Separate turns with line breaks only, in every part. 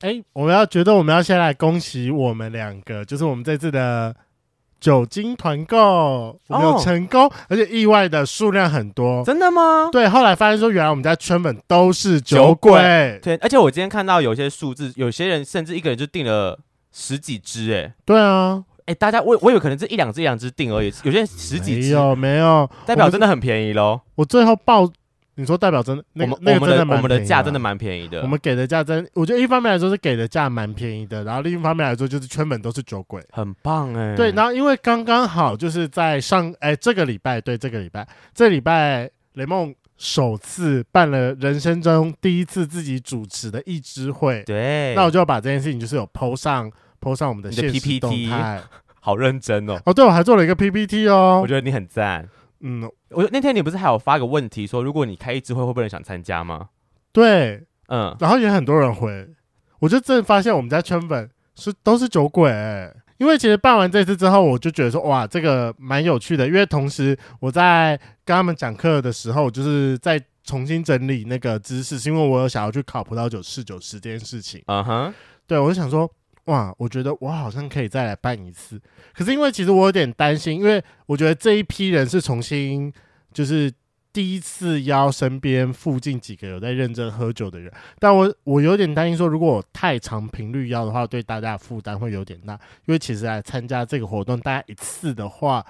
哎、我们要觉得我们要先来恭喜我们两个，就是我们这次的酒精团
哦
购，我们有成功，而且意外的数量很多。
真的吗？
对，后来发现说，原来我们家圈粉都是酒
酒鬼
鬼。
对，而哎且我今天看到有些数字，有些人甚至一个人就订了十几只、哎
对啊，
哎，大家我我以为可能是一两只一两只订而已，有些人十几
没
只，
有没有，
代表真的很便宜喽。
我最后报你说代表真的，那
我们
个那
我
个
们
真
的
蛮
我们的
便宜
价真的
啊
蛮便宜的。
我们给的价真，我觉得一方面来说是给的价蛮便宜的，然后另一方面来说就是圈粉都是酒鬼。
很棒哎、
对，然后因为刚刚好就是在上哎、这个礼拜，对这个礼拜，这礼拜雷梦首次办了人生中第一次自己主持的一支会，
对，
那我就把这件事情就是有 PO 上 PO 上我们的
你的
现实
PPT
动态。
好认真哦，
哦，对，我还做了一个 PPT
我
哦，
觉得你很赞。
嗯，
我那天你不是还有发个问题说，如果你开一支会，会不会有人想参加吗？
对，
嗯，
然后也很多人回，我就真的发现我们家圈粉是都是酒鬼、欸。因为其实办完这次之后，我就觉得说，哇，这个蛮有趣的。因为同时我在跟他们讲课的时候，就是在重新整理那个知识，是因为我有想要去考葡萄酒试酒师这件事情。
嗯哼，
对，我就想说，哇，我觉得我好像可以再来办一次。可是因为其实我有点担心，因为我觉得这一批人是重新就是第一次邀身边附近几个有在认真喝酒的人，但我我有点担心说，如果我太长频率邀的话，对大家的负担会有点大，因为其实来参加这个活动，大家一次的话，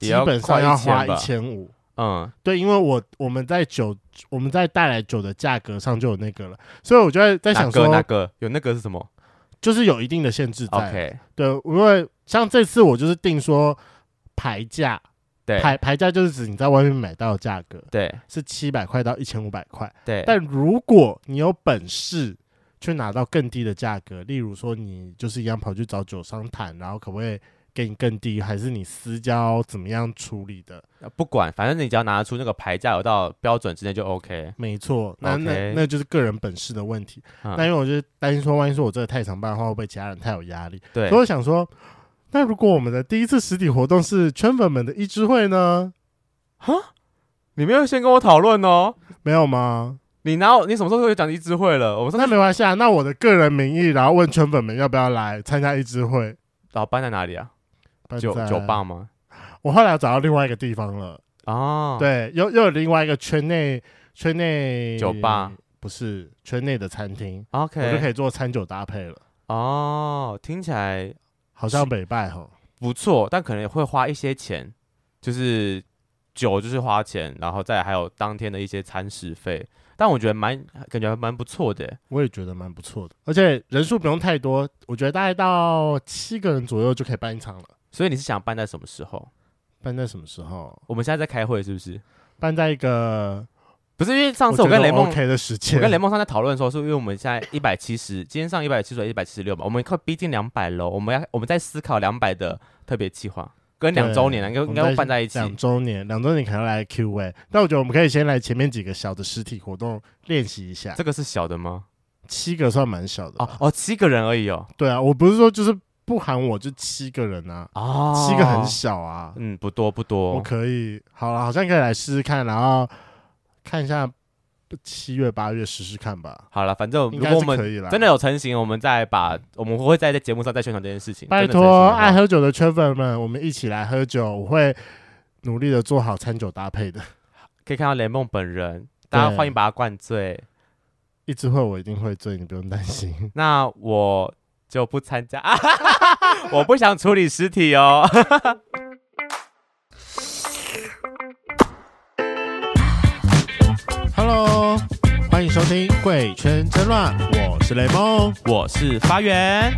也
基
要
本上
快
要花
1000吧
一千五。
嗯，
对，因为我我们在酒我们在带来酒的价格上就有那个了，所以我就在在
哪
想
个
说，
那个有那个是什么
就是有一定的限制在。
？OK，
对，因为像这次我就是定说牌价，
对
牌牌价就是指你在外面买到的价格
对
是七百块到一千五百块，
对，
但如果你有本事去拿到更低的价格，例如说你就是一样跑去找酒商谈，然后可不可以给你更低，还是你私交怎么样处理的？
呃不管，反正你只要拿出那个牌价有到标准之内就 OK。
没错，那那
OK
那就是个人本事的问题。
嗯
那因为我就是担心说，万一说我这个太常办的话，会不会其他人太有压力？
对
所以，我想说，那如果我们的第一次实体活动是圈粉们的一支会呢？
你没有先跟我讨论哦，
没有吗？
你哪有你什么时候有讲一支会了？我们上
那
次
没关系啊。那我的个人名义，然后问圈粉们要不要来参加一支会。
老班在哪里啊？
办
酒
在
酒吧，吗？
我后来找到另外一个地方了。
哦，，
对，又又有另外一个圈内圈内
酒吧
不是圈内的餐厅，我就可
，OK，
以做餐酒搭配了。
哦，听起来
好像北拜吼，
不错，但可能会花一些钱，就是酒就是花钱，然后再还有当天的一些餐食费。但我觉得蛮感觉还蛮不错的耶，
我也觉得蛮不错的，而且人数不用太多，我觉得大概到七个人左右就可以办一场了。
所以你是想办在什么时候？
办在什么时候？
我们现在在开会是不是？
办在一个
不是因为上次我
觉
跟
得
雷梦
OK 的时
我
间，
跟雷梦上在讨论的时候，是因为我们现在一百七十，今天上一百七十一百七十六嘛，我们快逼近两百了，我们要我们在思考两百的特别计划，跟两周年啊应该
我
应
们
该会
在
办在一起。
两周年，两周年可能要来 Q A，但我觉得我们可以先来前面几个小的实体活动练习一下，
这个是小的吗？
七个算蛮小的吧
哦哦，七个人而已哦。
对啊，我不是说就是不喊我就七个人啊，
哦，
七个很，小啊，
嗯，不多不多
我。可以，好了，好像可以来试试看，然后看一下七月八月试试看吧，
好了，反正
应
如
该
果我
是
们
可以啦。
真的有成型，我们再把我们会在在节目上再宣传这件事情。
拜
真的成型
托
的话
爱喝酒的圈粉们，我们一起来喝酒，我会努力的做好餐酒搭配的。
可以看到雷梦本人，大家
对
欢迎把他灌醉。
一直会，我一定会醉，你不用担心。
那我就不参加， 啊、哈哈哈我不想处理尸体哦。
Hello，欢迎收听《贵圈争乱》，我是雷梦。
我是发源。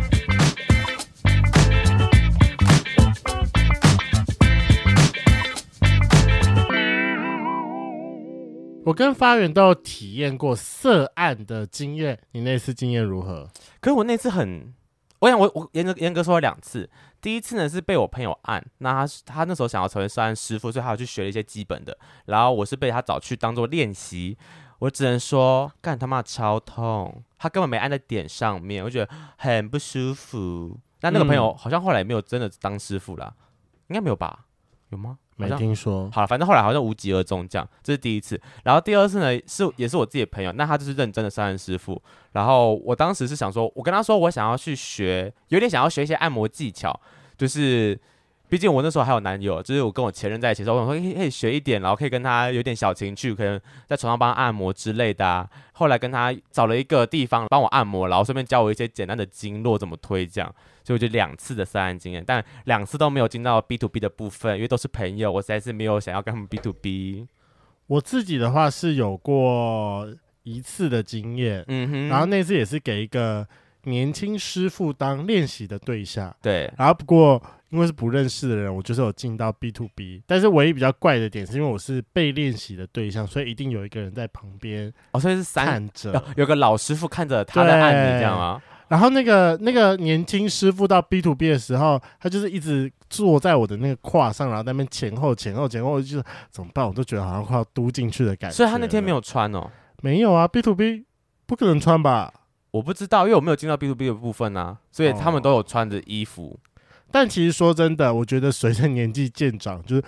我跟发源都有体验过色案的经验，你那次经验如何？
可是我那次很，我想我我严格严格说了两次。第一次呢是被我朋友按，那他是他那时候想要成为上岸师傅，所以他有去学了一些基本的。然后我是被他找去当做练习，我只能说干他妈超痛，他根本没按在点上面，我觉得很不舒服。那那个朋友好像后来也没有真的当师傅啦，应该没有吧？有吗？
没
像
听说。
好了，反正后来好像无疾而终这样，这是第一次。然后第二次呢，是也是我自己的朋友，那他就是认真的上岸师傅。然后我当时是想说，我跟他说我想要去学，有点想要学一些按摩技巧，就是毕竟我那时候还有男友，就是我跟我前任在一起的时候，我想说可以可以学一点，然后可以跟他有点小情趣，可能在床上帮他按摩之类的啊。后来跟他找了一个地方帮我按摩，然后顺便教我一些简单的经络怎么推这样。所以我就两次的涉案经验，但两次都没有进到 B to B 的部分，因为都是朋友，我实在是没有想要跟他们 B to B。
我自己的话是有过一次的经验，
嗯哼，
然后那次也是给一个年轻师傅当练习的对象，
对，
然后不过因为是不认识的人，我就是有进到 B to B，但是唯一比较怪的点是因为我是被练习的对象，所以一定有一个人在旁边
哦，所以是三
看着，
有有个老师傅看着他在按你这样啊，
然后那个那个年轻师傅到 B to B 的时候，他就是一直坐在我的那个胯上，然后在那边前后前后前后，我就是怎么办？我都觉得好像快要嘟进去的感觉。
所以他那天没
有
有穿哦，
没有啊？B to B 不可能穿吧？
我不知道，因为我没有进到 B to B 的部分啊，所以他们都有穿着衣服。
但其实说真的，我觉得随着年纪渐长，就是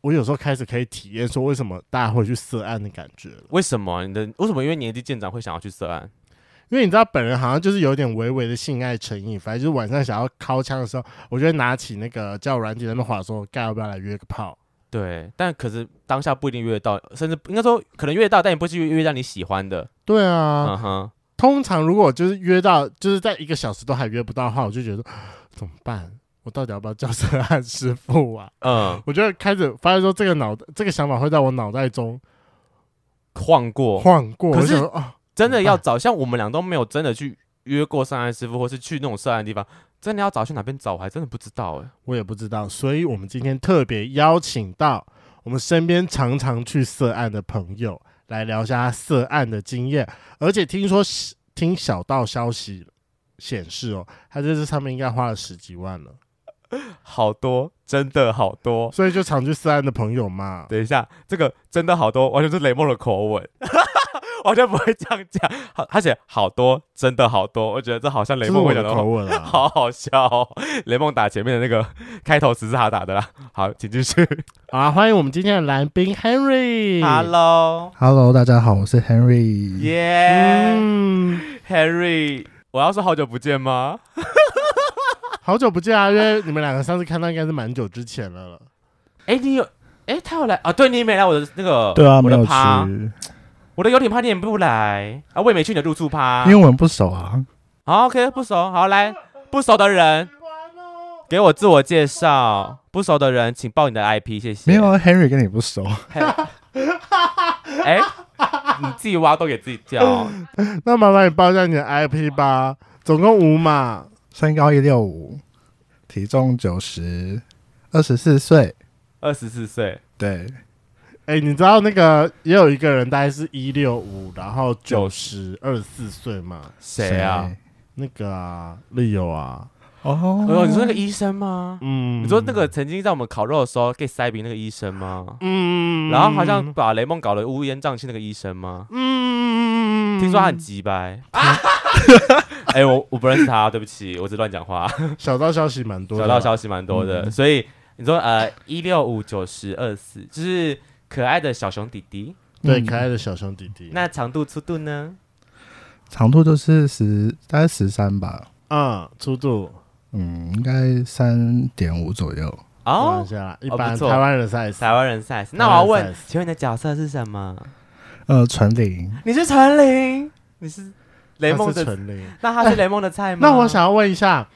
我有时候开始可以体验说为什么大家会去涉案的感觉了。
为什么你的为什么因为年纪渐长会想要去涉案？
因为你知道，本人好像就是有点微微的性爱成瘾，反正就是晚上想要敲枪的时候，我就会拿起那个叫软体在那边划说，干要不要来约个炮？
对，但可是当下不一定约得到，甚至应该说可能约得到，但也不是约约到你喜欢的。
对啊，
嗯哼，
通常如果就是约到，就是在一个小时都还约不到的话，我就觉得 说怎么办？我到底要不要叫涉案师傅啊？
嗯，
我就开始发现说，这个脑这个想法会在我脑袋中
晃过，
晃过。
可
哦我就是想说啊，
真的要
怎么
找，像我们俩都没有真的去约过上岸师傅，或是去那种涉案的地方，真的要找去哪边找，我还真的不知道哎、
我也不知道，所以我们今天特别邀请到我们身边常常去涉案的朋友来聊一下他涉案的经验，而且听说听小道消息显示哦，他在这上面应该花了十几万了，
好多，真的好多。
所以就常去涉案的朋友嘛，
等一下，这个真的好多，完全是雷梦的口吻， 完全不会这样讲。好，他写好多，真的好多，我觉得这好像雷
这是
梦
我
会
的
讲的话
口啊吻 啊。
好好笑、哦。雷梦打前面的那个开头词是他打的啦。好，请继续。
好啊，欢迎我们今天的来宾 Henry。
Hello，
Hello，大家好，我是 Henry。
耶、
嗯，
h e n r y 我要说好久不见吗？
好久不见啊！因为你们两个上次看到应该是蛮久之前了了。
哎、你有哎、他有来啊？对，你也没来我的那个，
对啊，
我
没
的
有去，
趴，我的有点趴你也不来啊，我也没去你的入住趴
因。为我们不熟啊。
好，OK，不熟，好来，不熟的人给我自我介绍，不熟的人请报你的 IP，谢谢。
没有啊，Henry 跟你不熟，
嘿， 哎、你自己挖洞给自己跳哦。
那麻烦你报一下你的 IP 吧，总共五码。
身高一六五，体重九十，二十四岁。
二十四岁，
对，
哎、你知道那个也有一个人大概是一六五，然后九十二四岁嘛？
谁啊？？
那个啊，丽友啊，
哦，
哦，你说那个医生吗？
嗯，
你说那个曾经在我们烤肉的时候给塞鼻那个医生吗？
嗯，
然后好像把雷梦搞得乌烟瘴气那个医生吗？
嗯，
听说他很急 掰。哎、我我不认识他，对不起，我只乱讲话。
小道消息蛮多的
小
啊，
道消息蛮多的，
嗯
所以你说呃，一六五九十二四，就是可爱的小熊弟弟。
对
嗯
可爱的小兄弟弟，
那长度粗度呢？
长度就是十，大概十三吧。
嗯，粗度
嗯，应该三点五左右。
开
哦
玩，笑啦，一
哦
般
不错
台湾人才
台湾人 size。那我要
台湾
问
人，size
请问你的角色是什么？
呃，纯零。
你是陈琳，你是雷
他
梦
是
的，
纯零。
那他是雷梦的菜吗？
那我想要问一下，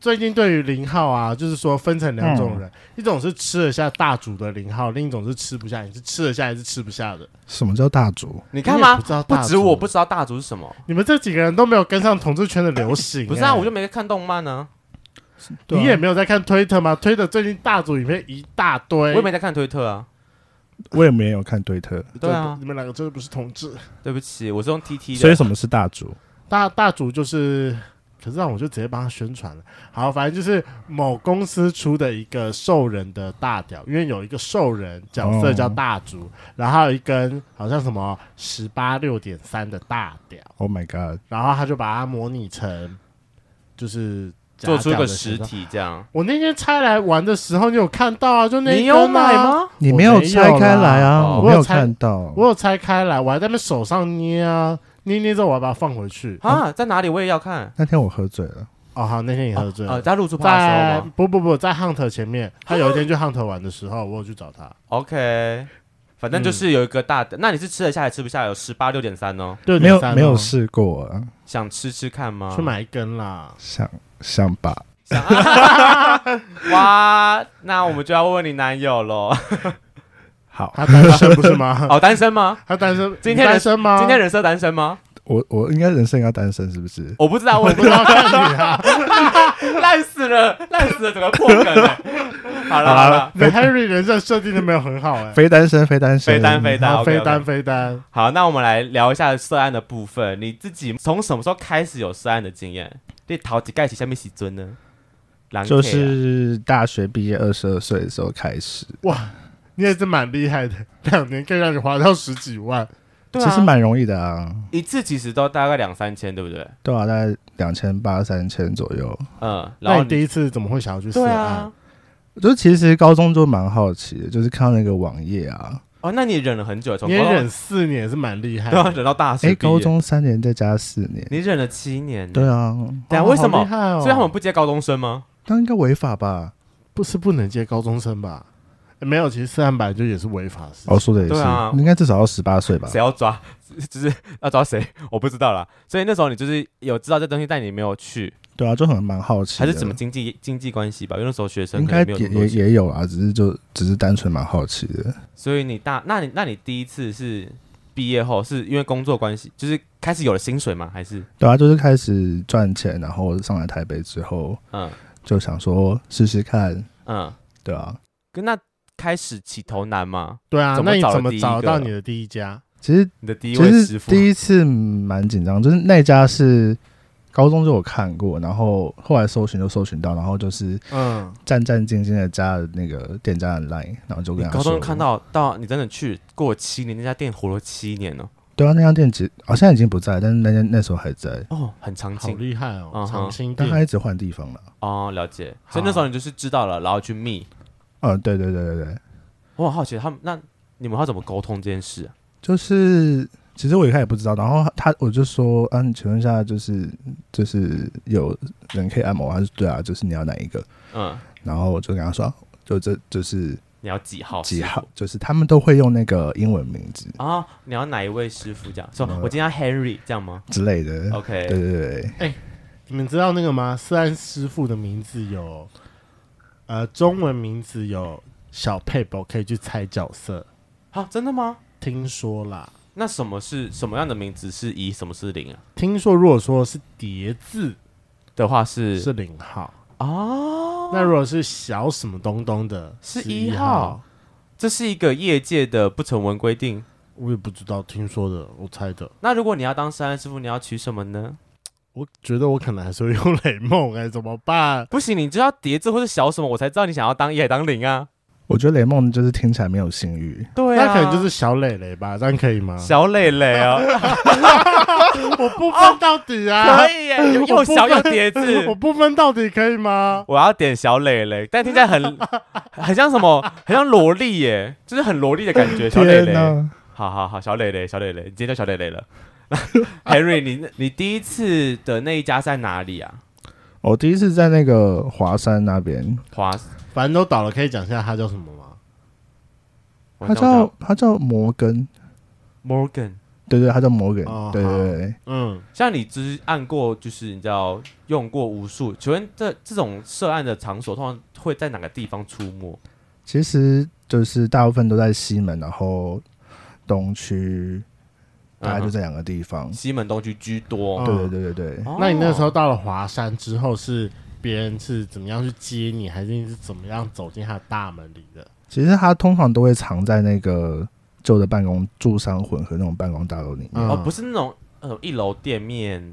最近对于零号啊，就是说分成两种
嗯
人，一种是吃得下大主的零号，另一种是吃不下。你是吃得下还是吃不下的？
什么叫大足？
你看
你也
吗
不？知道
不
大
止
主
我不，知道大竹是什么，
你们这几个人都没有跟上同志圈的流行、
不是啊，
哎
我就没看动漫呢，
对啊
你也没有在看推特吗？推特最近大主影片一大堆，
我也没在看推特啊。
我也没有看推特，
就
对啊
你们两个真的不是同志。
对不起，我是用 TT
所以
的。
什么是大足？
大大主就是，可是让我就直接帮他宣传了。好，反正就是某公司出的一个兽人的大屌，因为有一个兽人角
哦
色叫大主，然后还有一根好像什么十八六点三的大屌，
Oh my god！
然后他就把它模拟成就是
做出一
夹脚
个
的
实
形状。
体这样。
我那天拆来玩的时候，你有看到啊？就那一
你有
根啊
买？吗？
你没
我没
拆
有
开
啦
来啊，
哦
我
我
没
有
有
拆
看到。
我有拆开来，我还在那边手上捏啊，捏捏着我要把它放回去。
啊，在哪里我也要看。
那天我喝醉了，
哦，好，那天你喝醉了
呃，在露出趴的时
在
候吗
不不不，在 Hunt 前 面，他有一天去 Hunt 玩的时候，我有去找他。
？OK，反正就是有一个大的。那你是吃得下还吃不下？有十八六点三哦，
对，
没有没有试过啊，
想吃吃看吗？
去买一根啦。
想想吧，
想 啊哇，那我们就要问问你男友喽。
好，
他单身不是 吗？
哦，单身吗？
他单身，
今天
你单身吗？
今天人设单身吗？
我我应该人生应该单身是不是？
我不知道，我不知道，烂死了，烂死了，整个破梗了。好了好了，
The Harry 人设设定的没有很好 哎，
非单身，非单身，
飞单飞单
好，
，OK，OK
飞单。飞单。
好，那我们来聊一下涉案的部分。你自己从什么时候开始有涉案的经验？你头一盖起下面几尊呢？人客啊
就是大学毕业二十二岁的时候开始，
你也是蛮厉害的， 两年可以让你花到十几万，
对
其实
啊，
蛮容易的啊，
一次其实都大概两三千，对不对？
对啊，大概两千八三千左右。
嗯，然
那
后
你第一次怎么会想要去涉
对
案
啊？，
就其实高中就蛮好奇的，就是看到那个网页啊，
哦，那你忍了很久，从
你也
高中
忍四年也是蛮厉害
对
的
啊，，忍 到大学
哎、
毕业，嗯
高中三年再加四年，
你忍了七年，
对，啊，
等下
哦
为什么
好厉害哦
所以他们不接高中生吗？
那应该违法吧？
不是不能接高中生吧？欸没有，其实涉案本来就也是违法的事情。
哦，说的也是，
对啊
应该至少要十八岁吧？
谁要抓？ 就是要抓谁？我不知道啦。所以那时候你就是有知道这东西，但你没有去，
对啊，就很蛮好奇的，
还是什么经济经济关系吧？因为那时候学生
应
可
该
能没有
也
那么多
也
钱。
也有啊，只是就只是单纯蛮好奇的。
所以你大，那你那你第一次是毕业后，是因为工作关系，就是开始有了薪水吗？还是
对啊，就是开始赚钱，然后上来台北之后，
嗯
就想说试试看，
嗯？
对啊。
跟那开始起头难吗？
对啊，
怎么
那你
找的
怎么
第一
找
个
到
啊
你的第一家？
其实
你的第一
其
位师
实
傅，
第一次蛮紧张，就是那家是高中就有看过，然后后来搜寻就搜寻到，然后就是
嗯，
战战兢兢的加了那个店家的 line，然后就
你
跟他
高
说，
中看到到你真的去过七年，那家店活了七年哦，
对啊，那家店其好、像已经不在，但是那间那时候还在，
哦，很长
好
情
厉害哦
嗯，哼
长青
但他
店。
一直换地方了。
哦，了解。所以那时候你就是知道了，然后去密。
嗯，对对对对对，
我很好奇他们那你们要怎么沟通这件事啊、
就是其实我一开始不知道，然后他我就说，啊，你请问一下，就是就是有人可以按摩吗？他说对啊，就是你要哪一个？
嗯，
然后我就跟他说，啊就这就是
你要几号？
几号？？就是他们都会用那个英文名字
啊、你要哪一位师傅这样？说
嗯
我今天要 Henry 这样吗
之类的。
？OK，
对对对对，
你们知道那个吗？涉案师傅的名字有，呃，中文名字有小佩宝，可以去猜角色。
好、啊真的吗？
听说啦，
那什么是什么样的名字是一，什么是零啊？
听说如果说是叠字
的话是
是零号，
哦，
那如果是小什么东东的
是
一
一号，，这是一个业界的不成文规定。
我也不知道，听说的，我猜的。
那如果你要当山师傅，你要取什么呢？
我觉得我可能还是会用雷梦哎、怎么办？
不行，你就要叠字或者小什么，我才知道你想要当一还当零啊。
我觉得雷梦就是听起来没有性欲，
对啊，
那可能就是小磊磊吧，这样可以吗？
小磊磊啊，
我不分到底啊，
可以耶， 有又小又叠字，
我不分到底可以吗？
我要点小磊磊，但听起来很很像什么，很像萝莉耶，就是很萝莉的感 觉。小磊
天
磊，
哪！
好好好，小磊磊，小磊磊，你今天叫小磊磊了。Henry，你你第一次的那一家在哪里啊？
我第一次在那个华山那边，
华，
反正都倒了，可以讲一下他叫什么吗？
我
他
想
叫他叫摩根，
Morgan。
对对，他叫摩根
哦，
对
好
对对。
嗯，
像你只按过，就是你知道用过无数。请问这这种涉案的场所，通常会在哪个地方出没？
其实就是大部分都在西门，然后东区，大概就这两个地方。
西门东区居多。
嗯
对对对对对，
哦
那你那时候到了华山之后，是别人是怎么样去接你，还是你是怎么样走进他的大门里的？
其实他通常都会藏在那个旧的办公住商混合那种办公大楼里面。
嗯
哦，不是那种那种一楼店面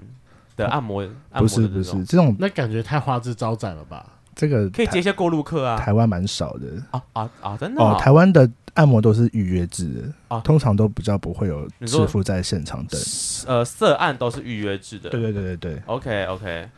的按摩，按
不
摩
是
的
不
那
是
种，，
这种
那感觉太花枝招展了吧？
这个
可以接
台
一些过路客啊
台湾蛮少的
啊啊啊！真的
哦
啊，
台湾的按摩都是预约制
哦
的，通常都比较不会有
你说
师傅在现场等。
呃，涉案都是预约制的。
对对对对对，
OK OK，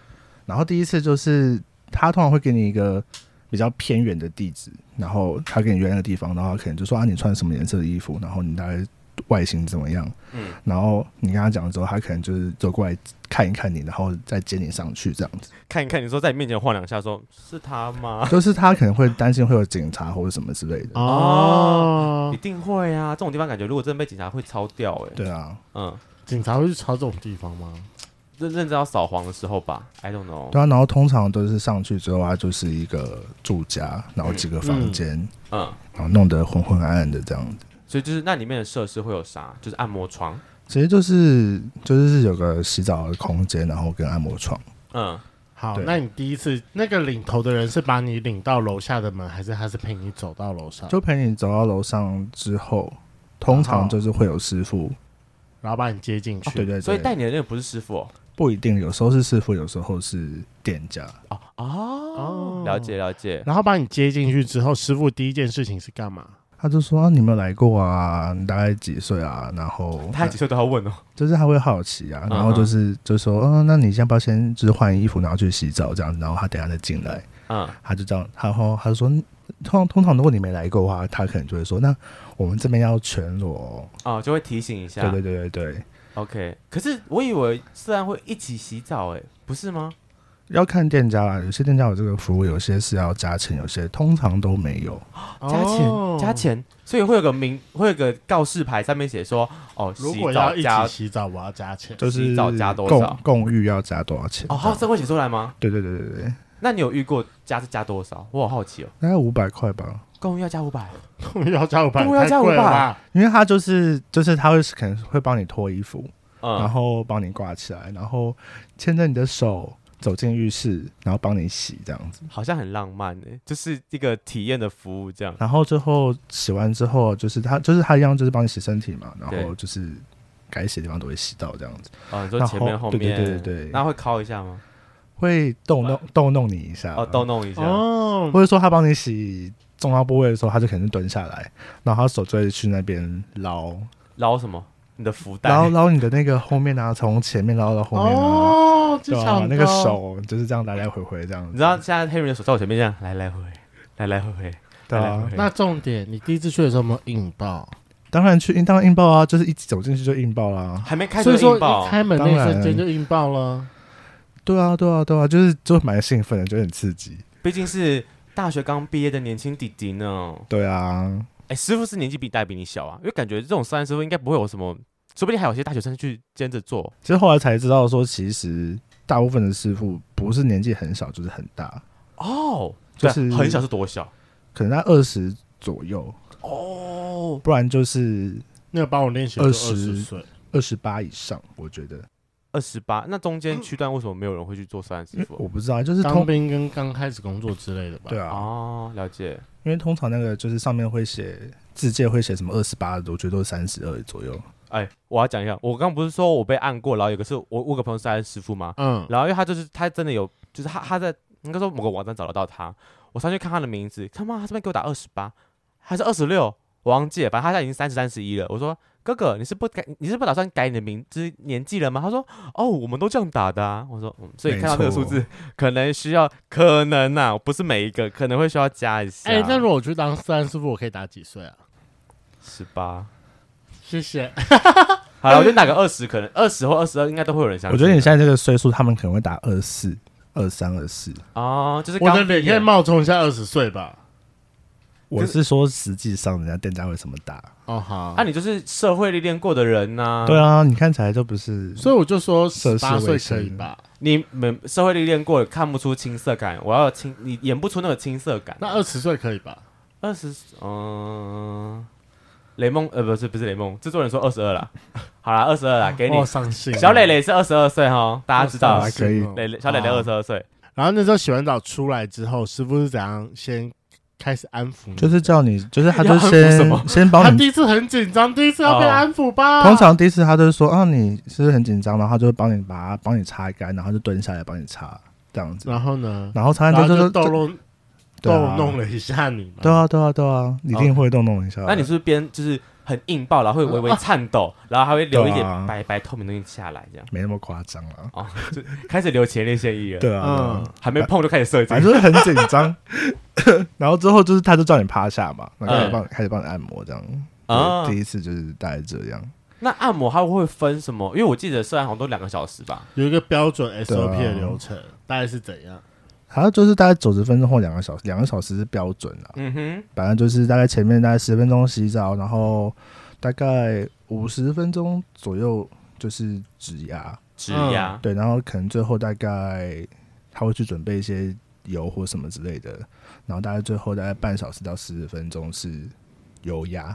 然后第一次就是他通常会给你一个比较偏远的地址，然后他给你约那个地方，然后他可能就说啊你穿什么颜色的衣服，然后你大概外形怎么样，
嗯，
然后你跟他讲了之后，他可能就是走过来看一看你，然后再接你上去这样子。
看一看，你说在你面前晃两下说是他吗？
就是他可能会担心会有警察或者什么之类的。
哦
一，定会啊！这种地方感觉如果真的被警察会抄掉、欸，哎，
对啊，
嗯，
警察会去查这种地方吗？
认认真要扫黄的时候吧，I don't know，
对啊，然后通常都是上去之后，他啊就是一个住家，然后几个房间，
嗯，
然后弄得昏昏暗暗的这样子。
所以就是那里面的设施会有啥？就是按摩床，
其实就是就是是有个洗澡的空间，然后跟按摩床。
嗯，
好，
对
那你第一次那个领头的人是把你领到楼下的门，还是他是陪你走到楼上，
就陪你走到楼上之后，通
啊
常就是会有师傅，
然后把你接进去？
对对
哦所以带
对，
你的那个不是师傅哦，
不一定，有时候是师傅，有时候是店家。
哦哦
哦，
了解了解，
然后把你接进去之后，师傅第一件事情是干嘛？
他就说、啊、你有没有来过啊？你大概几岁啊？然后
他几岁都要问哦，
就是他会好奇啊，然后就是就说，嗯、那你先不要先就是换衣服，然后去洗澡这样子，然后他等一下再进来，
嗯，
他就这样，然后他就说，通通常如果你没来过的话，他可能就会说，那我们这边要全裸哦、
哦，就会提醒一下，
对对对对对，
OK，可是我以为自然会一起洗澡、欸，哎，不是吗？
要看店家啦，有些店家有这个服务，有些是要加钱，有些通常都没有，
哦
加钱、加。钱，所以会有个名，会有个告示牌，上面写说，哦，
如
洗
果
澡
要一
加
起洗澡，我要加钱。
就是
洗澡加多少
共共浴要加多少钱？
哦，这会写出来吗？
对对对对对，
那你有遇过加是加多少？我好好奇哦，
大概五百块吧。
公寓要加五百，
动物要加五百，
动物要啊加
太贵了
500
吧
因为他就是就是他会可能会帮你脱衣服，然
嗯，
后帮你挂起来，然后牵着你的手走进浴室，然后帮你洗这样子。
好像很浪漫诶、就是一个体验的服务这样。
然后最后洗完之后，就是他就是他一样就是帮你洗身体嘛，然后
对
就是该洗的地方都会洗到这样子，
哦，你说
然后
前面后面，
对对对对
那会敲一下吗？
会逗弄逗弄你一下，
哦，逗，弄一下，
哦，
或者说他帮你洗重要部位的时候，他就可能蹲下来，然后他手就会去那边捞，
捞什么？你的福袋，
捞捞你的那个后面啊，从前面捞到后面啊。
哦，
对
这
啊，
场
那个，手就是这样来来回回这样子，
你知道现在 Henry 的手在我前面这样来来回回，来来回回，
对
来来
啊
回，回
那重点，你第一次去的时候有没有硬爆？
当然去硬当然硬爆啊，就是一走进去就硬爆啦。
还没开
所
始
以说
硬爆
一，开门那
当
一
然
瞬间就硬爆了。
对啊，对啊，对啊，就是就蛮兴奋的，就很刺激。
毕竟是大学刚毕业的年轻弟弟呢。
对啊，
哎、师傅是年纪比大比你小啊，因为感觉这种三师傅应该不会有什么，说不定还有些大学生去兼着做。
其实后来才知道说，其实大部分的师傅不是年纪很小，就是很大，
哦，
就
对
是
很小是多小？
可能在二十左右，
哦，
不然就是
那个帮我练习二
20
十岁，
二十八以上。我觉得，
二十八。那中间区段为什么没有人会去做三
因
师
为我
傅？
不知道，就是
当
通
兵跟刚开始工作之类的吧。
对啊，
哦，了解。
因为通常那个就是上面会写字界会写什么二十八的，我觉得都是三十二左右。
哎、我要讲一下，我刚不是说我被按过，然后有个是我我有个朋友是三师傅吗？
嗯，
然后因为他就是他真的有，就是他他在应该说某个网站找得到他，我上去看他的名字，他妈他这边给我打二十八还是二十六，我忘记了，反正他现在已经三十三十一了。我说哥哥，你是不改你是不打算改你的名字年纪了吗？他说哦，我们都这样打的啊。我说嗯，所以
没
看到这个数
错
字可能需要，可能呐、不是每一个，可能会需要加一下。
哎，那如果我去当三师傅，我可以打几岁啊？
十八。
谢谢。
好了，我就打个二十，可能二十或二十二，应该都会有人相信的。
我觉得你现在这个岁数，他们可能会打二四、二三、二四。
哦，就是
我的
刚毕
脸可以
业
冒充一下二十岁吧？
我是说，实际上人家店家会怎么打？
哦，好
啊，。你就是社会历练过的人呐、
对啊，你看起来就不是，
所以我就说十
涉世
八岁
未
可以
深
吧？
你们社会历练过，看不出青涩感。我要有青，你演不出那个青涩感。
那二十岁可以吧？
二十，嗯，雷蒙，呃，不是不是雷蒙，制作人说二十二啦。好啦，二十二啦，给你。
哦伤心啊。
小磊磊是二十二岁哈，大家知道
哦
还
伤。心
可以
哦
磊磊，小磊磊
好
二十二岁，
然后那时候洗完澡出来之后，师傅是怎样先开始安抚你？
就是叫你，就是他
要
就
安抚什么
先先
他
帮你
第一次很紧张，第一次要被
哦
安抚吧？
通常第一次他就是说啊，你是不是很紧张？然后他就会帮你把
嗯
它帮你擦干，然后就蹲下来帮你擦这样子。
然后呢？
然后擦
然
干
后
之后
就
就
逗弄
对啊
逗弄了一下你嘛。
对啊，对啊，对啊，你一定会动动一下。
那你是不是边就是很硬爆，然后会微微颤抖，然后还会流一点白白透明的东西下来，这样
没那么夸张啊？
哦，就开始流前列腺液了，
对啊
嗯，
还没碰就开始射
反
精，
正就是很紧张。 然后之后就是他就叫你趴下嘛，然后开始
嗯
帮你开始帮你按摩这样。
啊
对第一次就是大概这样。
那按摩它会分什么？因为我记得射完好像都两个小时吧，
有一个标准
对啊
SOP 的流程，大概是怎样？
好像就是大概九十分钟或两个小时，两个小时是标准啊。
嗯哼，
反正就是大概前面大概十分钟洗澡，然后大概五十分钟左右就是指压，
指压，
对，然后可能最后大概他会去准备一些油或什么之类的，然后大概最后大概半小时到四十分钟是油压，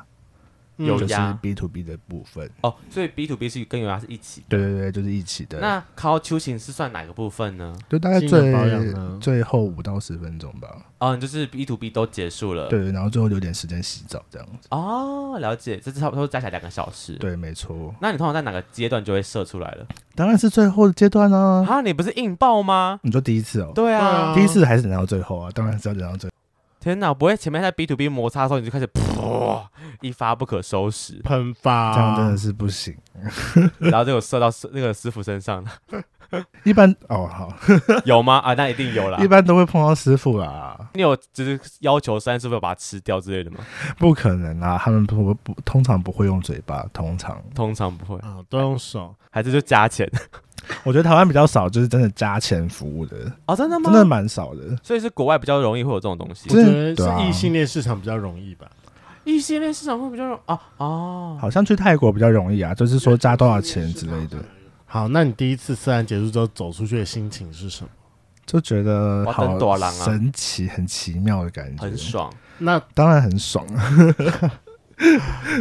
嗯
有
就是
压
B to B 的部分。
哦，所以 B to B 是跟油压是一起的。
对对对，嗯就是一起的，
那靠球型是算哪个部分呢？
就大概
精油
最
保养呢
最后五到十分钟吧。
哦，你就是 B to B 都结束了。
对，对然后最后留点时间洗澡这样子。
哦，了解，这是差不多加起来两个小时。，
对，没错，
那你通常在哪个阶段就会射出来了？
当然是最后的阶段啊。
啊，你不是硬爆吗？
你说第一次哦、
对啊，
对啊，
第一次还是忍到最后啊，当然是要忍到最后。
天哪，不会前面在 B to B 摩擦的时候你就开始噗一发不可收拾
喷发，啊
啊
这样真的是不行。
然后就有射到师那个师傅身上了，
一般哦好，
有吗？啊，那一定有啦
一。般都会碰到师傅啦，
你有就是要求三师傅把它吃掉之类的吗？
不可能啦，他们不不通常不会用嘴巴，通常
通常不会，
啊，都用手。
还是就加钱？
我觉得台湾比较少，就是真的加钱服务的，
哦，真的吗？
真的蛮少的。
所以是国外比较容易会有这种东西
我。觉得
对啊
是异性恋市场比较容易吧。
异性恋市场会比较容啊哦，
好像去泰国比较容易啊，就是说加多少钱之类
啊
的，
好，那你第一次试完结束之后走出去的心情是什么？
就觉得
哇
好
真大人啊
神奇、很奇妙的感觉
很，爽。
那
当然很爽啊。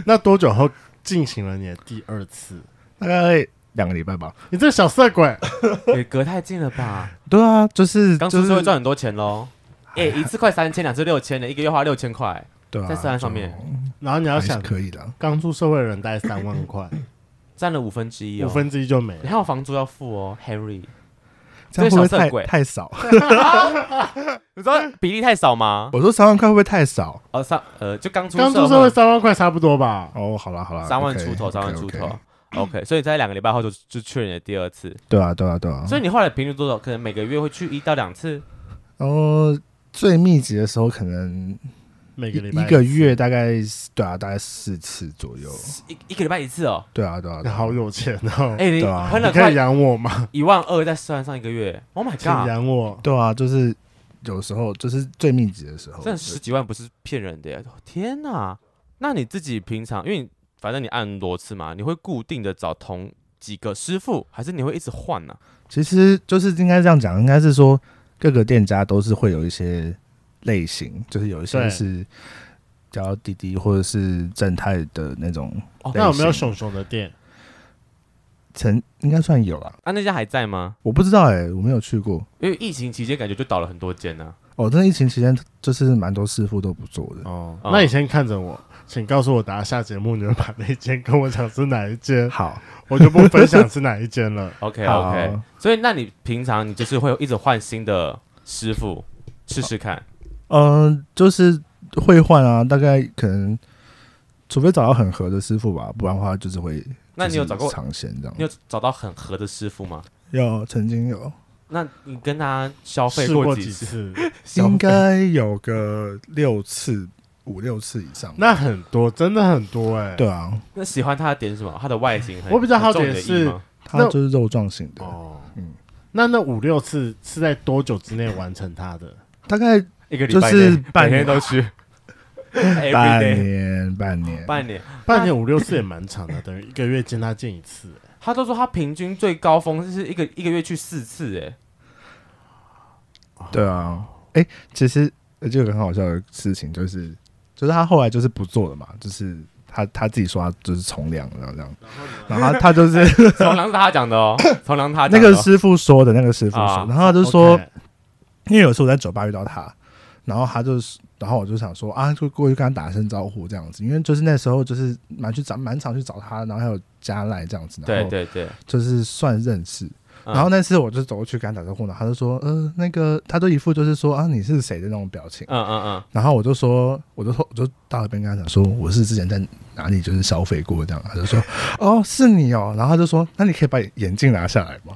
那多久后进行了你的第二次？
大概两个礼拜吧。
你这个小色鬼，
也隔太近了 吧？
对啊，就是
刚
就
出
是
社会赚很多钱喽。哎、一次快三千，两次六千的，一个月花六千块，
对啊，
在色案上面
然后你
就
要
还是
想，
可以的啊。
刚出社会的人大概三万块，
占了五分之一哦。
五，分之一就没
你
了。
还有房租要付哦，Henry。
这样会不会
这个小色鬼
太太少？
你知道比例太少吗？
我说三万块会不会太少？
哦，三呃，就刚出
刚出社会三万块差不多吧？
哦，好啦好啦，
三万
OK，
出头，三万
OK，
出
OK
头。OK，所以在两个礼拜后就就去了你的第二次，
对啊对啊对啊。
所以你后来频率多少？可能每个月会去一到两次，
然后最密集的时候，可能
每
一
个礼拜
一个，月大概对啊，大概四次左右。
一一个礼拜一次哦。
对啊对啊，
你
对啊
哎好有钱哦！
哎、你
对啊
喷
你
了
可
快
以养 我吗？
一万二在社团上一个月，Oh my
请
god，
养我。
对啊，就是有时候就是最密集的时候，
这十几万不是骗人的耶！天哪，那你自己平常，因为你反正你按很多次嘛，你会固定的找同几个师傅，还是你会一直换啊呢、
其实就是应该这样讲，应该是说各个店家都是会有一些类型，就是有一些
对
是比较滴滴或者是正太的那种
哦
类型。
那有没有熊熊的店？
曾应该算有啦，
啊？那家还在吗？
我不知道哎、我没有去过。
因为疫情期间感觉就倒了很多间呢、
哦，真的疫情期间就是蛮多师傅都不做的。
哦，
哦
那你先看着我，请告诉我，等下下节目你们把那间跟我讲是哪一 间，
好，
我就不分享是哪一间了。
OK
好
OK，所以那你平常你就是会一直换新的师傅试试看。
嗯、就是会换啊，大概可能，除非找到很合的师傅吧，不然的话就是会。
那你有找
就
过
是尝鲜这
你
样？
有找到很合的师傅吗？
有，曾经有，
那你跟他消费
试过
几次？
次，
消
应
费
该有个六次、五六次以上。
那很多，真的很多哎、
对啊，
那喜欢他的点是什么？他的外形很
我比较好奇
很重你
的
意
是
吗
它
那
就是肉状型的，
哦，
嗯
那那五六次是在多久之内完成它的？
大概
一个礼
就
拜
是
内
半
每天
年
都去 ，every
半
day
年，半年。
半年。
半年五六次也蛮长的，等于一个月见他见一 次、
他都说他平均最高峰是一个一个月去四次，哎，
对啊，哎、其实呃就有个很好笑的事情，就是就是他后来就是不做了嘛，就是他他自己说他就是从良，然后这样，然后他他就是
从良是他讲的 哦，从良 他
那
讲的哦
个师傅说的，那个师傅说，
啊
然后他就
OK
说因为有时候我在酒吧遇到他，然后他就是，然后我就想说啊，就过去跟他打声招呼这样子，因为就是那时候就是蛮去找蛮常去找他，然后还有加赖这样子，然
对
后
对对，
就是算认识，
嗯
然后那次我就走过去跟他打招呼，然后他就说，呃，那个，他就一副就是说啊，你是谁的那种表情。
嗯嗯嗯，
然后我就说，我就说，我就到那边跟他讲说，我是之前在哪里就是消费过这样，他就说，哦，是你哦，然后他就说，那你可以把眼镜拿下来吗？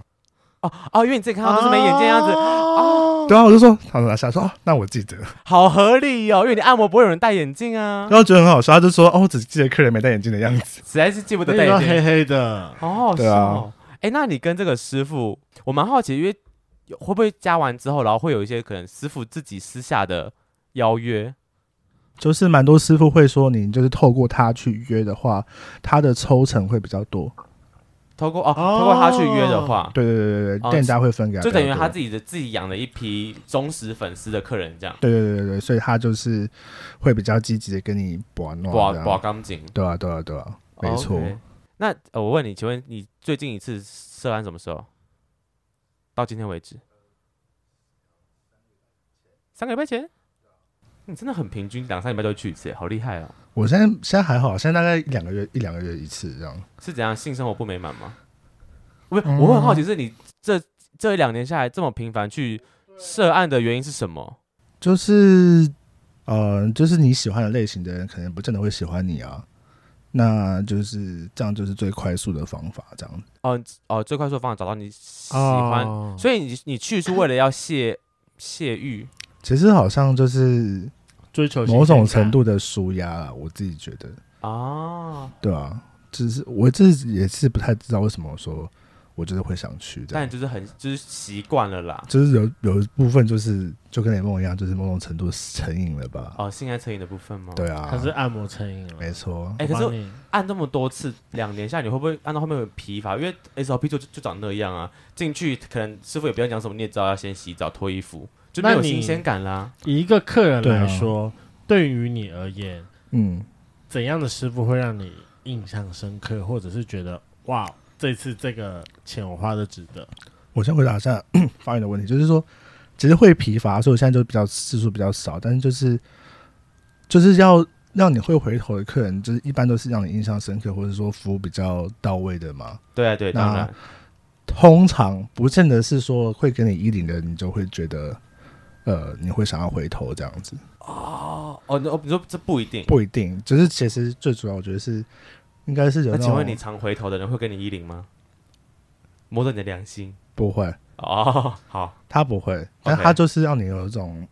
哦哦，因为你自己看到都是没眼睛的样子，
哦，
对啊，我就说，他拿下来说，哦，那我记得，
好合理哦，因为你按摩不会有人戴眼镜啊
然，后我觉得很好笑，他就说，哦，我只记得客人没戴眼镜的样子，
实在是记不得戴
那
眼
个
镜。
黑黑的，
好好
对
笑、
啊
哦。哎、那你跟这个师傅，我蛮好奇，因为有会不会加完之后，然后会有一些可能师傅自己私下的邀约？
就是蛮多师傅会说，你就是透过他去约的话，他的抽成会比较多，
透过哦，
哦
透过他去约的话，
对啊对对对
哦
对，店家会分给他比
就
较多，
等于他自己的自己养了一批忠实粉丝的客人，这样
对对对对对，所以他就是会比较积极的跟你玩弄
刮
这样
刮啊钢筋，
啊对啊对啊对啊，没错。
OK 那、呃我问你，请问你最近一次涉案什么时候？到今天为止，三个礼拜前。你真的很平均，两三礼拜就会去一次，好厉害哦！
我现在现在还好，现在大概两个月一两个月一次这样。
是怎样性生活不美满吗？不是，
嗯
我很好奇，是你这这一两年下来这么频繁去涉案的原因是什么？
就是呃，就是你喜欢的类型的人，可能不见得会喜欢你啊。那就是这样，就是最快速的方法。这样，
哦哦，最快速的方法找到你喜
喜
欢，
哦
所以你你去是为了要泄泄欲，
其实好像就是
追求
某种程度的舒压啊，我自己觉得，
哦，
对啊，只是我自己也是不太知道为什么说，我就是会想去这
但
样
你。就是很就是习惯了啦。
就是有有一部分就是就跟雷梦一样，就是某种程度成瘾了吧？
哦，性爱成瘾的部分吗？。
对啊，
它是按摩成瘾了。
没错。
哎、可
我帮
是
你
按这么多次，两年下来你会不会按到后面有疲乏？因为 SOP 就就就长那样啊，进去可能师傅也不用讲什么，你也知道要先洗澡、脱衣服，就没
那
有
你
新鲜感啦。
以一个客人
对啊
来说，对于你而言，
嗯，
怎样的师傅会让你印象深刻，或者是觉得哇，这次这个钱我花的值得？
我先回答一下 发言的问题，就是说，其实会疲乏，所以我现在就比较次数比较少，但是就是就是要让你会回头的客人，就是一般都是让你印象深刻，或者说服务比较到位的嘛。
对啊，对，
那
当然。
通常不见得是说会给你衣领的，你就会觉得。呃，你会想要回头这样子，
哦，那哦你说这不一定。
不一定。就是其实最主要，我觉得是应该是有
那
那
请问
种
你常回头的人会跟你依零吗？摸着你的良心。
不会，
哦，好
他不会，但
OK
他就是让你有一种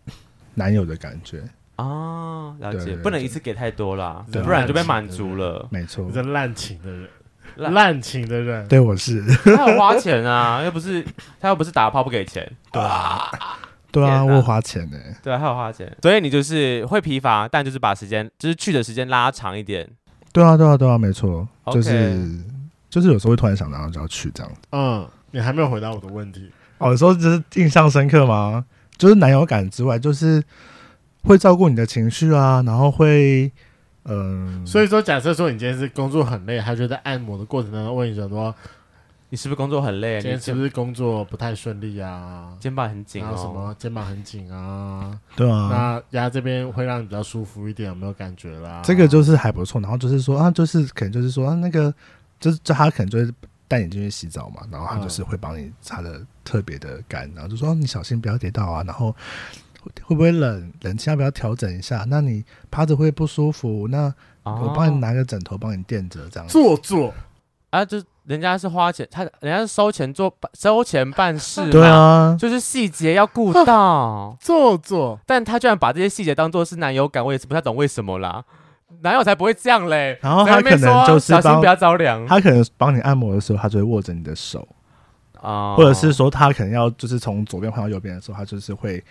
男友的感觉，
啊，了
哦对
解，
对
不能
对
一次给太多啦，
对
不然就被满足了。
没错
你。这滥情的人，
滥
滥情的人，
对，我是，
他要花钱啊，又不是他又不是打炮不给钱，
对
天
啊，
哪
我有花钱呢、
对啊，他要花钱，所以你就是会疲乏，但就是把时间就是去的时间拉长一点。
对啊，对啊，对啊，没错
OK
就是就是有时候会突然想到就要去这样子。
嗯，你还没有回答我的问题。
哦，有时候就是印象深刻吗？就是男友感之外，就是会照顾你的情绪啊，然后会嗯、
所以说，假设说你今天是工作很累，他就在按摩的过程当中问你说，
你是不是工作很累？
今
你
天是
肩
不是工作不太顺利啊？
肩膀很紧
然后什
哦。
么肩膀很紧啊，
对啊，
那压这边会让你比较舒服一点，有没有感觉啦？
这个就是还不错。然后就是说啊，就是可能就是说啊，那个就是就他可能就是带你进去洗澡嘛，然后他就是会帮你擦的特别的干，
嗯
然后就说、啊你小心不要跌倒啊，然后会不会冷，冷气要不要调整一下？那你趴着会不舒服，那。我帮你
哦
拿个枕头帮你垫着，这样子。
做作，
啊，就人家是花钱，他人家是收钱做收钱办事嘛。
对啊，
就是细节要顾到，
做作，
但他居然把这些细节当做是男友感，我也是不太懂为什么啦。男友才不会这样嘞。
然后他
在那边
可能
说啊
就是
小心
帮
不要着凉，
他可能帮你按摩的时候，他就会握着你的手，
啊
或者是说他可能要就是从左边换到右边的时候，他就是会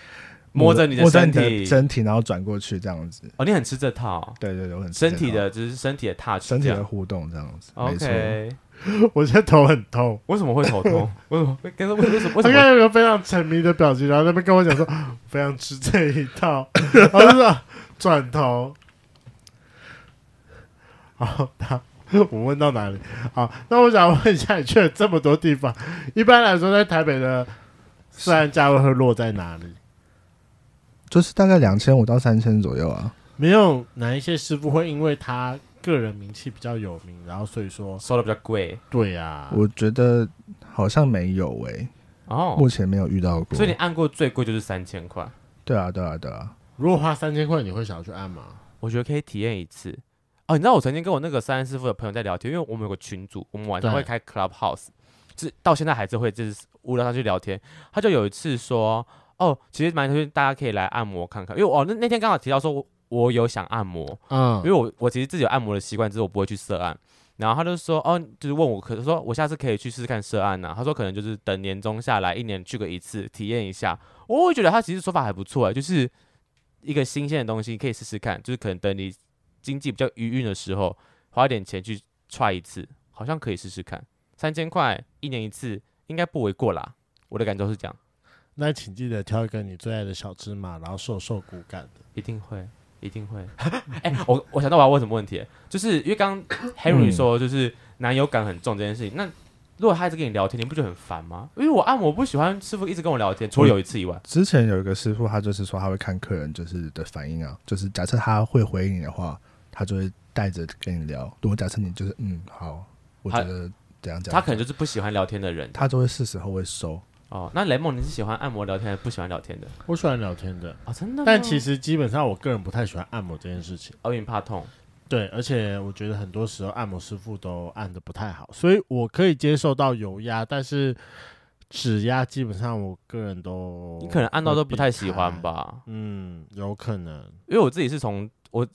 摸着你的
握着
身
你
体
的。身体，然后转过去这样子。
哦，你很吃这套，
对对对，我很
身体
知道
的就是身体的 touch，
身体
这
的
样
互动这样子，没错。
OK。
我现在头很痛。
为什么会头 痛？为什么？为什么？为什么？为什
他
么？
刚才有个非常沉迷的表情，然后在那边跟我讲说 非常吃这一套， 然后就说转头，好，他我问到哪里？好，那我想问一下，你去了这么多地方，一般来说在台北的私案价位会落在哪里？
就是大概两千五到三千左右啊。
没有哪一些师傅会因为他个人名气比较有名，然后所以说
收的比较贵，
对呀、啊，
我觉得好像没有诶、
哦，
目前没有遇到过
所。以你按过最贵就是三千块，
对啊，对啊，对啊，
如果花三千块，你会想要去按吗？
我觉得可以体验一次。哦，你知道我曾经跟我那个三人师傅的朋友在聊天，因为我们有个群组，我们晚上
对
会开 Clubhouse，就是到现在还是会就是无聊上去聊天。他就有一次说，哦，其实蛮推荐大家可以来按摩看看，因为我哦那那天刚好提到说我我有想按摩，因
嗯，
为我我其实自己有按摩的习惯，只是我不会去涉案。然后他就说，哦，就是问我，可是说我下次可以去试试看涉案呐、他说可能就是等年终下来，一年去个一次，体验一下。我会觉得他其实说法还不错哎，就是一个新鲜的东西可以试试看，就是可能等你经济比较余韵的时候，花一点钱去 try 一次，好像可以试试看。三千块一年一次，应该不为过啦。我的感受是这样，
那请记得挑一个你最爱的小芝麻，然后瘦瘦骨感的。
一定会，一定 会。哎、我我想到我要问什么问题，就是因为刚刚
嗯
Henry 说就是男友感很重这件事情，那如果他一直跟你聊天，你不觉得很烦吗？因为我按摩不喜欢师傅一直跟我聊天，
嗯
除了有一次以外，
之前有一个师傅，他就是说他会看客人就是的反应啊，就是假设他会回应你的话，他就会带着跟你聊。如果假设你就是嗯好，我觉得怎样
啊
讲，
他可能就是不喜欢聊天的人
他就会是时候会收。
哦。那雷蒙，你是喜欢按摩聊天，还是不喜欢聊天的？
我喜欢聊天啊的，
哦，真的吗？
但其实基本上我个人不太喜欢按摩这件事情。
奥运怕痛，
对，而且我觉得很多时候按摩师傅都按的不太好，所以我可以接受到油压，但是指压基本上我个人都
你可能按到都不太喜欢
会避
吧？
开。嗯，有可能。
因为我自己是从我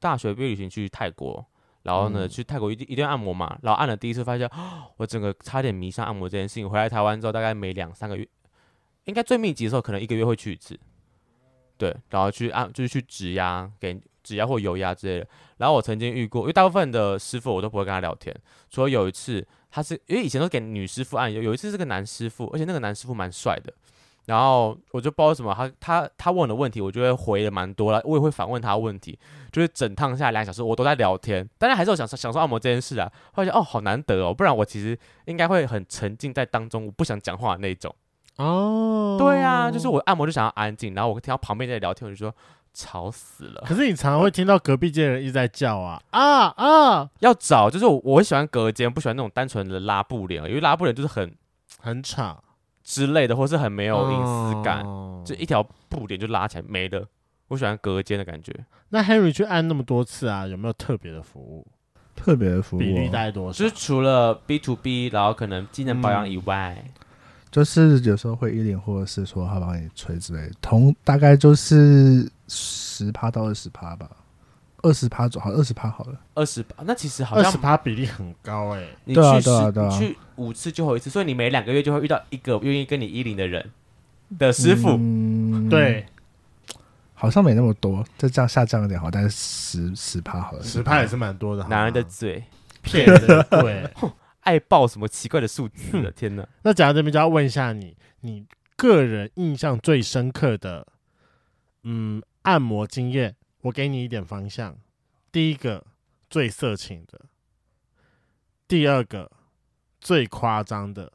大学毕业旅行去泰国，然后呢、
嗯
去泰国一定一定要按摩嘛，然后按了第一次发现，哦我整个差点迷上按摩这件事情。回来台湾之后，大概每两三个月，应该最密集的时候，可能一个月会去一次，对，然后去按就是去指压给。指压或油压之类的，然后我曾经遇过，因为大部分的师傅我都不会跟他聊天，除了有一次，他是因为以前都给女师傅按，有有一次是个男师傅，而且那个男师傅蛮帅的，然后我就不知道为什么他他他问的问题，我就会回的蛮多了，我也会反问他问题，就是整趟下来两小时我都在聊天，当然还是有享受享受按摩这件事啊。后来觉得哦，好难得哦，不然我其实应该会很沉浸在当中，我不想讲话的那种。
哦
对啊，就是我按摩就想要安静，然后我听到旁边在聊天，我就说吵死 了。
可是你常常会听到隔壁间的人一直在叫啊啊啊，
要找就是我我喜欢隔间，不喜欢那种单纯的拉布帘，因为拉布帘就是很
很吵，
之类的，或是很没有隐私感，
哦
就一条布帘就拉起来没了。我喜欢隔间的感觉。
那 Henry 去按那么多次啊，有没有特别的服务？
特别的服务
比例大
哦，
概多少？
就是除了 B to B，然后可能技能保养以外，
就是有时候会一零，或者是说他帮你吹之类的，同大概就是十趴到二十趴吧，二十趴左好二十趴好了。
二十八，那其实好
二
像
十趴比例很高哎、
你
对啊
去十、
对啊对啊
你去五次就会有一次，所以你每两个月就会遇到一个愿意跟你一零的人的师傅。
嗯，，
对，
好像没那么多，再这样下降一点好，大概十十趴好了。
十趴也是蛮多的，好吗
男人的嘴
骗人，对。
爱报什么奇怪的数字的，天哪！
那讲到这边就要问一下你，你个人印象最深刻的，嗯，按摩经验，我给你一点方向。第一个最色情的，第二个最夸张的，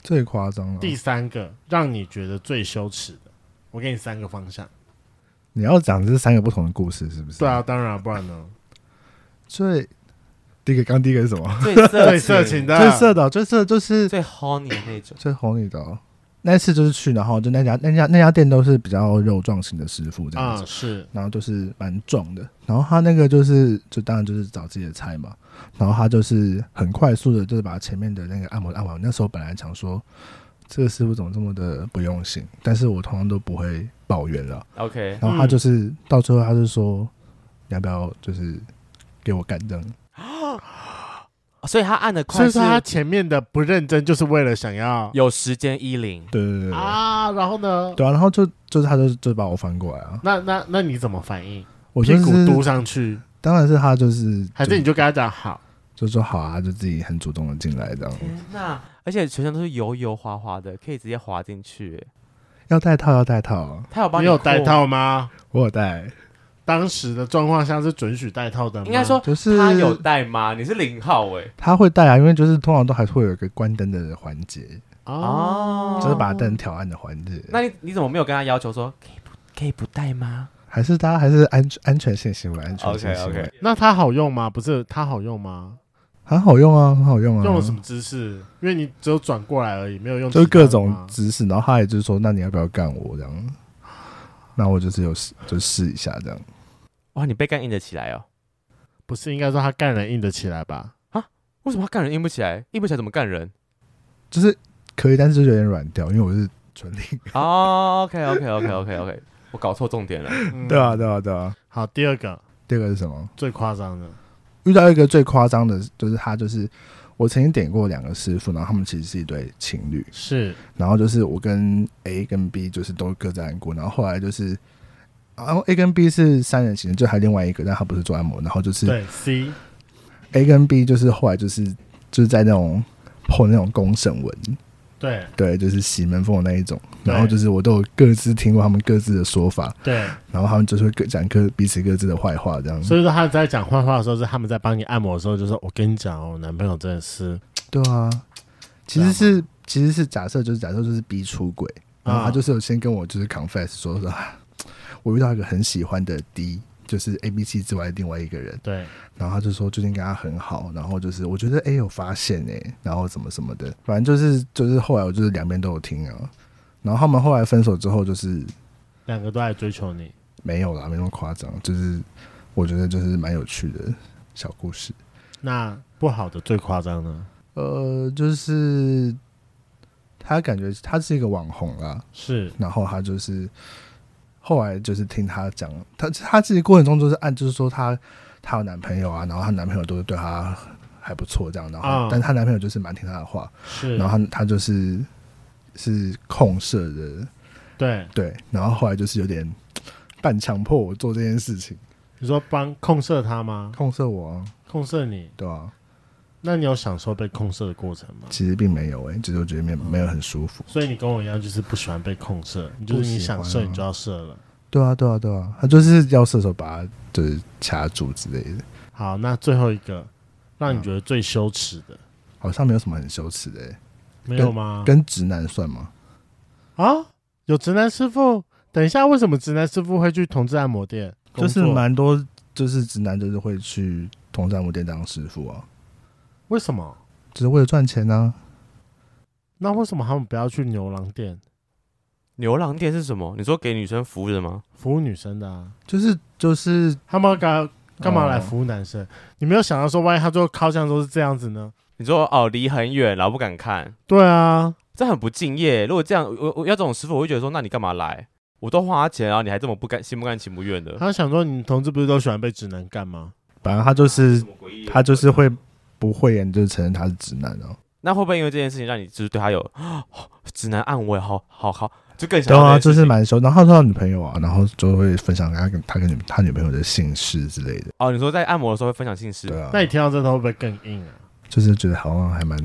最夸张了。
第三个让你觉得最羞耻的。我给你三个方向。
你要讲这三个不同的故事是不是？
对啊，，当然，不然呢？
最第一个刚第一个是什么？
最
最
色
色情
的、
的，
最色的哦，最色的就是
最 horny 的那 种。
最红你的哦。那一次就是去，然后就那家那家那家店都是比较肉壮型的师傅这样
啊、
子，
是
然后就是蛮壮的。然后他那个就是就当然就是找自己的菜嘛，然后他就是很快速的，就是把前面的那个按摩按完。那时候本来想说这个师傅怎么这么的不用心，但是我通常都不会抱怨了。
OK，
然后他就是、到最后，他就说你要不要就是给我干灯？
所以他按的
所
快
以
是
说他前面的不认真，就是为了想要
有时间一零，
对对对对，
啊，然后呢？
对啊。然后就就是他就就把我翻过来啊，
那那那你怎么反应？
我就
屁
是
股嘟上去，
当然是他就是
还
就是
你就跟他讲好？
就说好啊，就自己很主动的进来这样。
天哪！而且全身都是油油滑滑的，可以直接滑进去。
要戴套要戴套，
他有帮
你有
扣
戴？套吗？
我有戴，
当时的状况下是准许戴套的吗？
应该说
就是
他有戴吗？你是零号哎、
他会戴啊，因为就是通常都还是会有一个关灯的环节，
啊，
哦，
就是把灯调暗的环节。
那你你怎么没有跟他要求说可以不可以不戴吗？
还是大家还是安安全性行为，安全性
哦 OK，OK
行为。
那它好用吗？不是它好用吗？
很好用啊，很好用啊。
用了什么啊姿势？因为你只有转过来而已，没有用
就是
其他的
各种
吗
姿势，然后他也就是说，那你要不要干我这样？那我就是有试，就试一下这样。
哇，你被干硬得起来哦？
不是应该说他干人硬得起来吧？
为什么他干人硬不起来？硬不起来怎么干 人？
就是可以，但是就是有点软掉，因为我是纯零。
哦 OK OK OK OK OK，我搞错重点了。
嗯
对啊，。对啊，对啊。
好，第二个
第二个是什么？
最夸张的，
遇到一个最夸张的，就是他就是我曾经点过两个师傅，然后他们其实是一对情侣，
是
然后就是我跟 A 跟 B 就是都各在韩国，然后后来就是，然后 A 跟 B 是三人行，就还有另外一个，但他不是做按摩，然后就是
对 C，
A 跟 B 就是后来就是就是在那种碰那种公审文，
对
对，就是洗门缝的那一种，
对
然后就是我都有各自听过他们各自的说法，
对，
然后他们就是会各讲各彼此各自的坏话这样。
所以说他在讲坏话的时候，是他们在帮你按摩的时候，就说：“我跟你讲哦，我男朋友真的是
对啊，其实是其实是假设就是假设就是 B 出轨，然啊
啊
后他就是有先跟我就是 confess 说说，啊我遇到一个很喜欢的 D。就是 A、B、C 之外的另外一个人，
对
然后他就说最近跟他很好，然后就是我觉得 A 有发现哎、然后怎么什么的，反正就是就是后来我就是两边都有听啊，然后他们后来分手之后就是
两个都在追求你。
没有啦，没那么夸张，就是我觉得就是蛮有趣的小故事。”
那不好的最夸张呢？
呃，就是他感觉他是一个网红啦，
是
然后他就是后来就是听他讲，他他自己过程中就是按就是说他她有男朋友啊，然后她男朋友都是对她还不错这样，然后、
啊
但她男朋友就是蛮听她的话，
是，
然后她她就是是控社的，
对
对，然后后来就是有点半强迫我做这件事情，
你说帮控射他吗？
控社我、啊，
控射你？
对啊，
那你有享受被控射的过程吗？
其实并没有哎、只是我觉得没有没有很舒服。
所以你跟我一样，就是不喜欢被控射，你就是你想射你就要射了。
对啊，对啊，对啊，他就是要射手把他就是卡住之类的，
好，那最后一个让你觉得最羞耻的，
好像没有什么很羞耻的、欸。
没有吗？
跟直男算吗？
啊，有直男师傅。等一下，为什么直男师傅会去同志按摩店工
就
作？
是蛮多，就是直男就是会去同山姆店当师傅啊，
为什么？
只是为了赚钱啊。
那为什么他们不要去牛郎店
牛郎店是什么？你说给女生服务的吗？
服务女生的啊？
就是就是
他们干干嘛来
哦
服务男生？你没有想到说，万一他最后靠向都是这样子呢？
你说哦，离很远，然后不敢看，
对啊，
这很不敬业。如果这样，我我要这种师傅，我会觉得说，那你干嘛来？我都花钱，然后你还这么不甘心不甘情不愿的。
他想说，你同志不是都喜欢被直男干吗？
反正他就是他就是会不讳言，就是承认他是直男
嗯
哦、
那会不会因为这件事情让你就是对他有 直男暗我也好好好，就更想
对
要
啊，
这
就
件事
是
情
蛮羞。然后他说他女朋友啊，然后就会分享他跟他跟女他女朋友的姓氏之类的。
哦，你说在按摩的时候会分享姓氏，
对啊，
那你听到这头会不会更硬啊？
就是觉得好像还蛮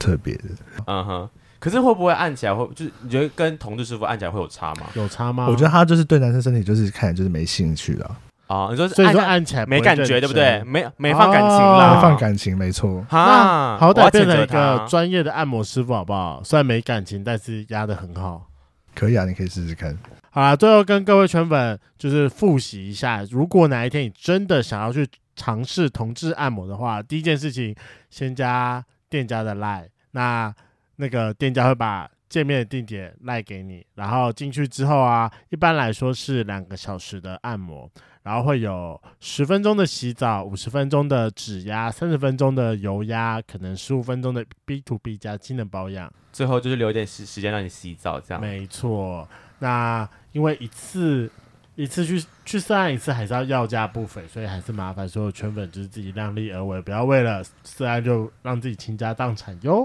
特别的。
嗯哼。可是会不会按起来会就是你觉得跟同志师傅按起来会有差吗？
有差吗？
我觉得他就是对男生身体就是看起来就是没兴趣啦，
啊、你说是
所以
按
说
下
按起来不会
没感觉
认
对不
真
对？？没没放感情
啊
啦，
哦
没放。感情，没错。
那
哈，啊
好
我
歹
要
变
谴责
成一个
他
专业的按摩师傅好不好？虽然没感情，但是压的很好。
可以啊，你可以试试看。
好啦，最后跟各位圈粉就是复习一下，如果哪一天你真的想要去尝试同志按摩的话，第一件事情先加店家的 line，那那个店家会把见面的地点赖给你，然后进去之后啊，一般来说是两个小时的按摩，然后会有十分钟的洗澡，五十分钟的指压，三十分钟的油压，可能十五分钟的 B to B 加机能保养。
最后就是留一点时时间让你洗澡，这样。
没错，那因为一次一次去去涉案一次还是要要价不菲，所以还是麻烦所有圈粉就是自己量力而为，不要为了涉案就让自己倾家荡产哟。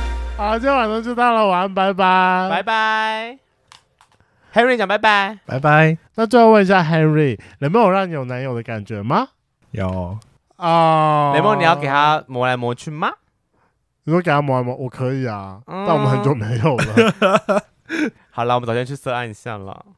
好，今天晚上就到了，晚安，拜拜，
拜。拜，Henry 讲拜拜。
拜拜。
那最后问一下 Henry，雷梦有让你有男友的感觉吗？
有，
啊，
雷蒙，你要给，他磨来磨去吗？
你说给他磨一磨，我可以啊，
嗯
但我们很久没有了。
好了，我们早先去涉案一下了。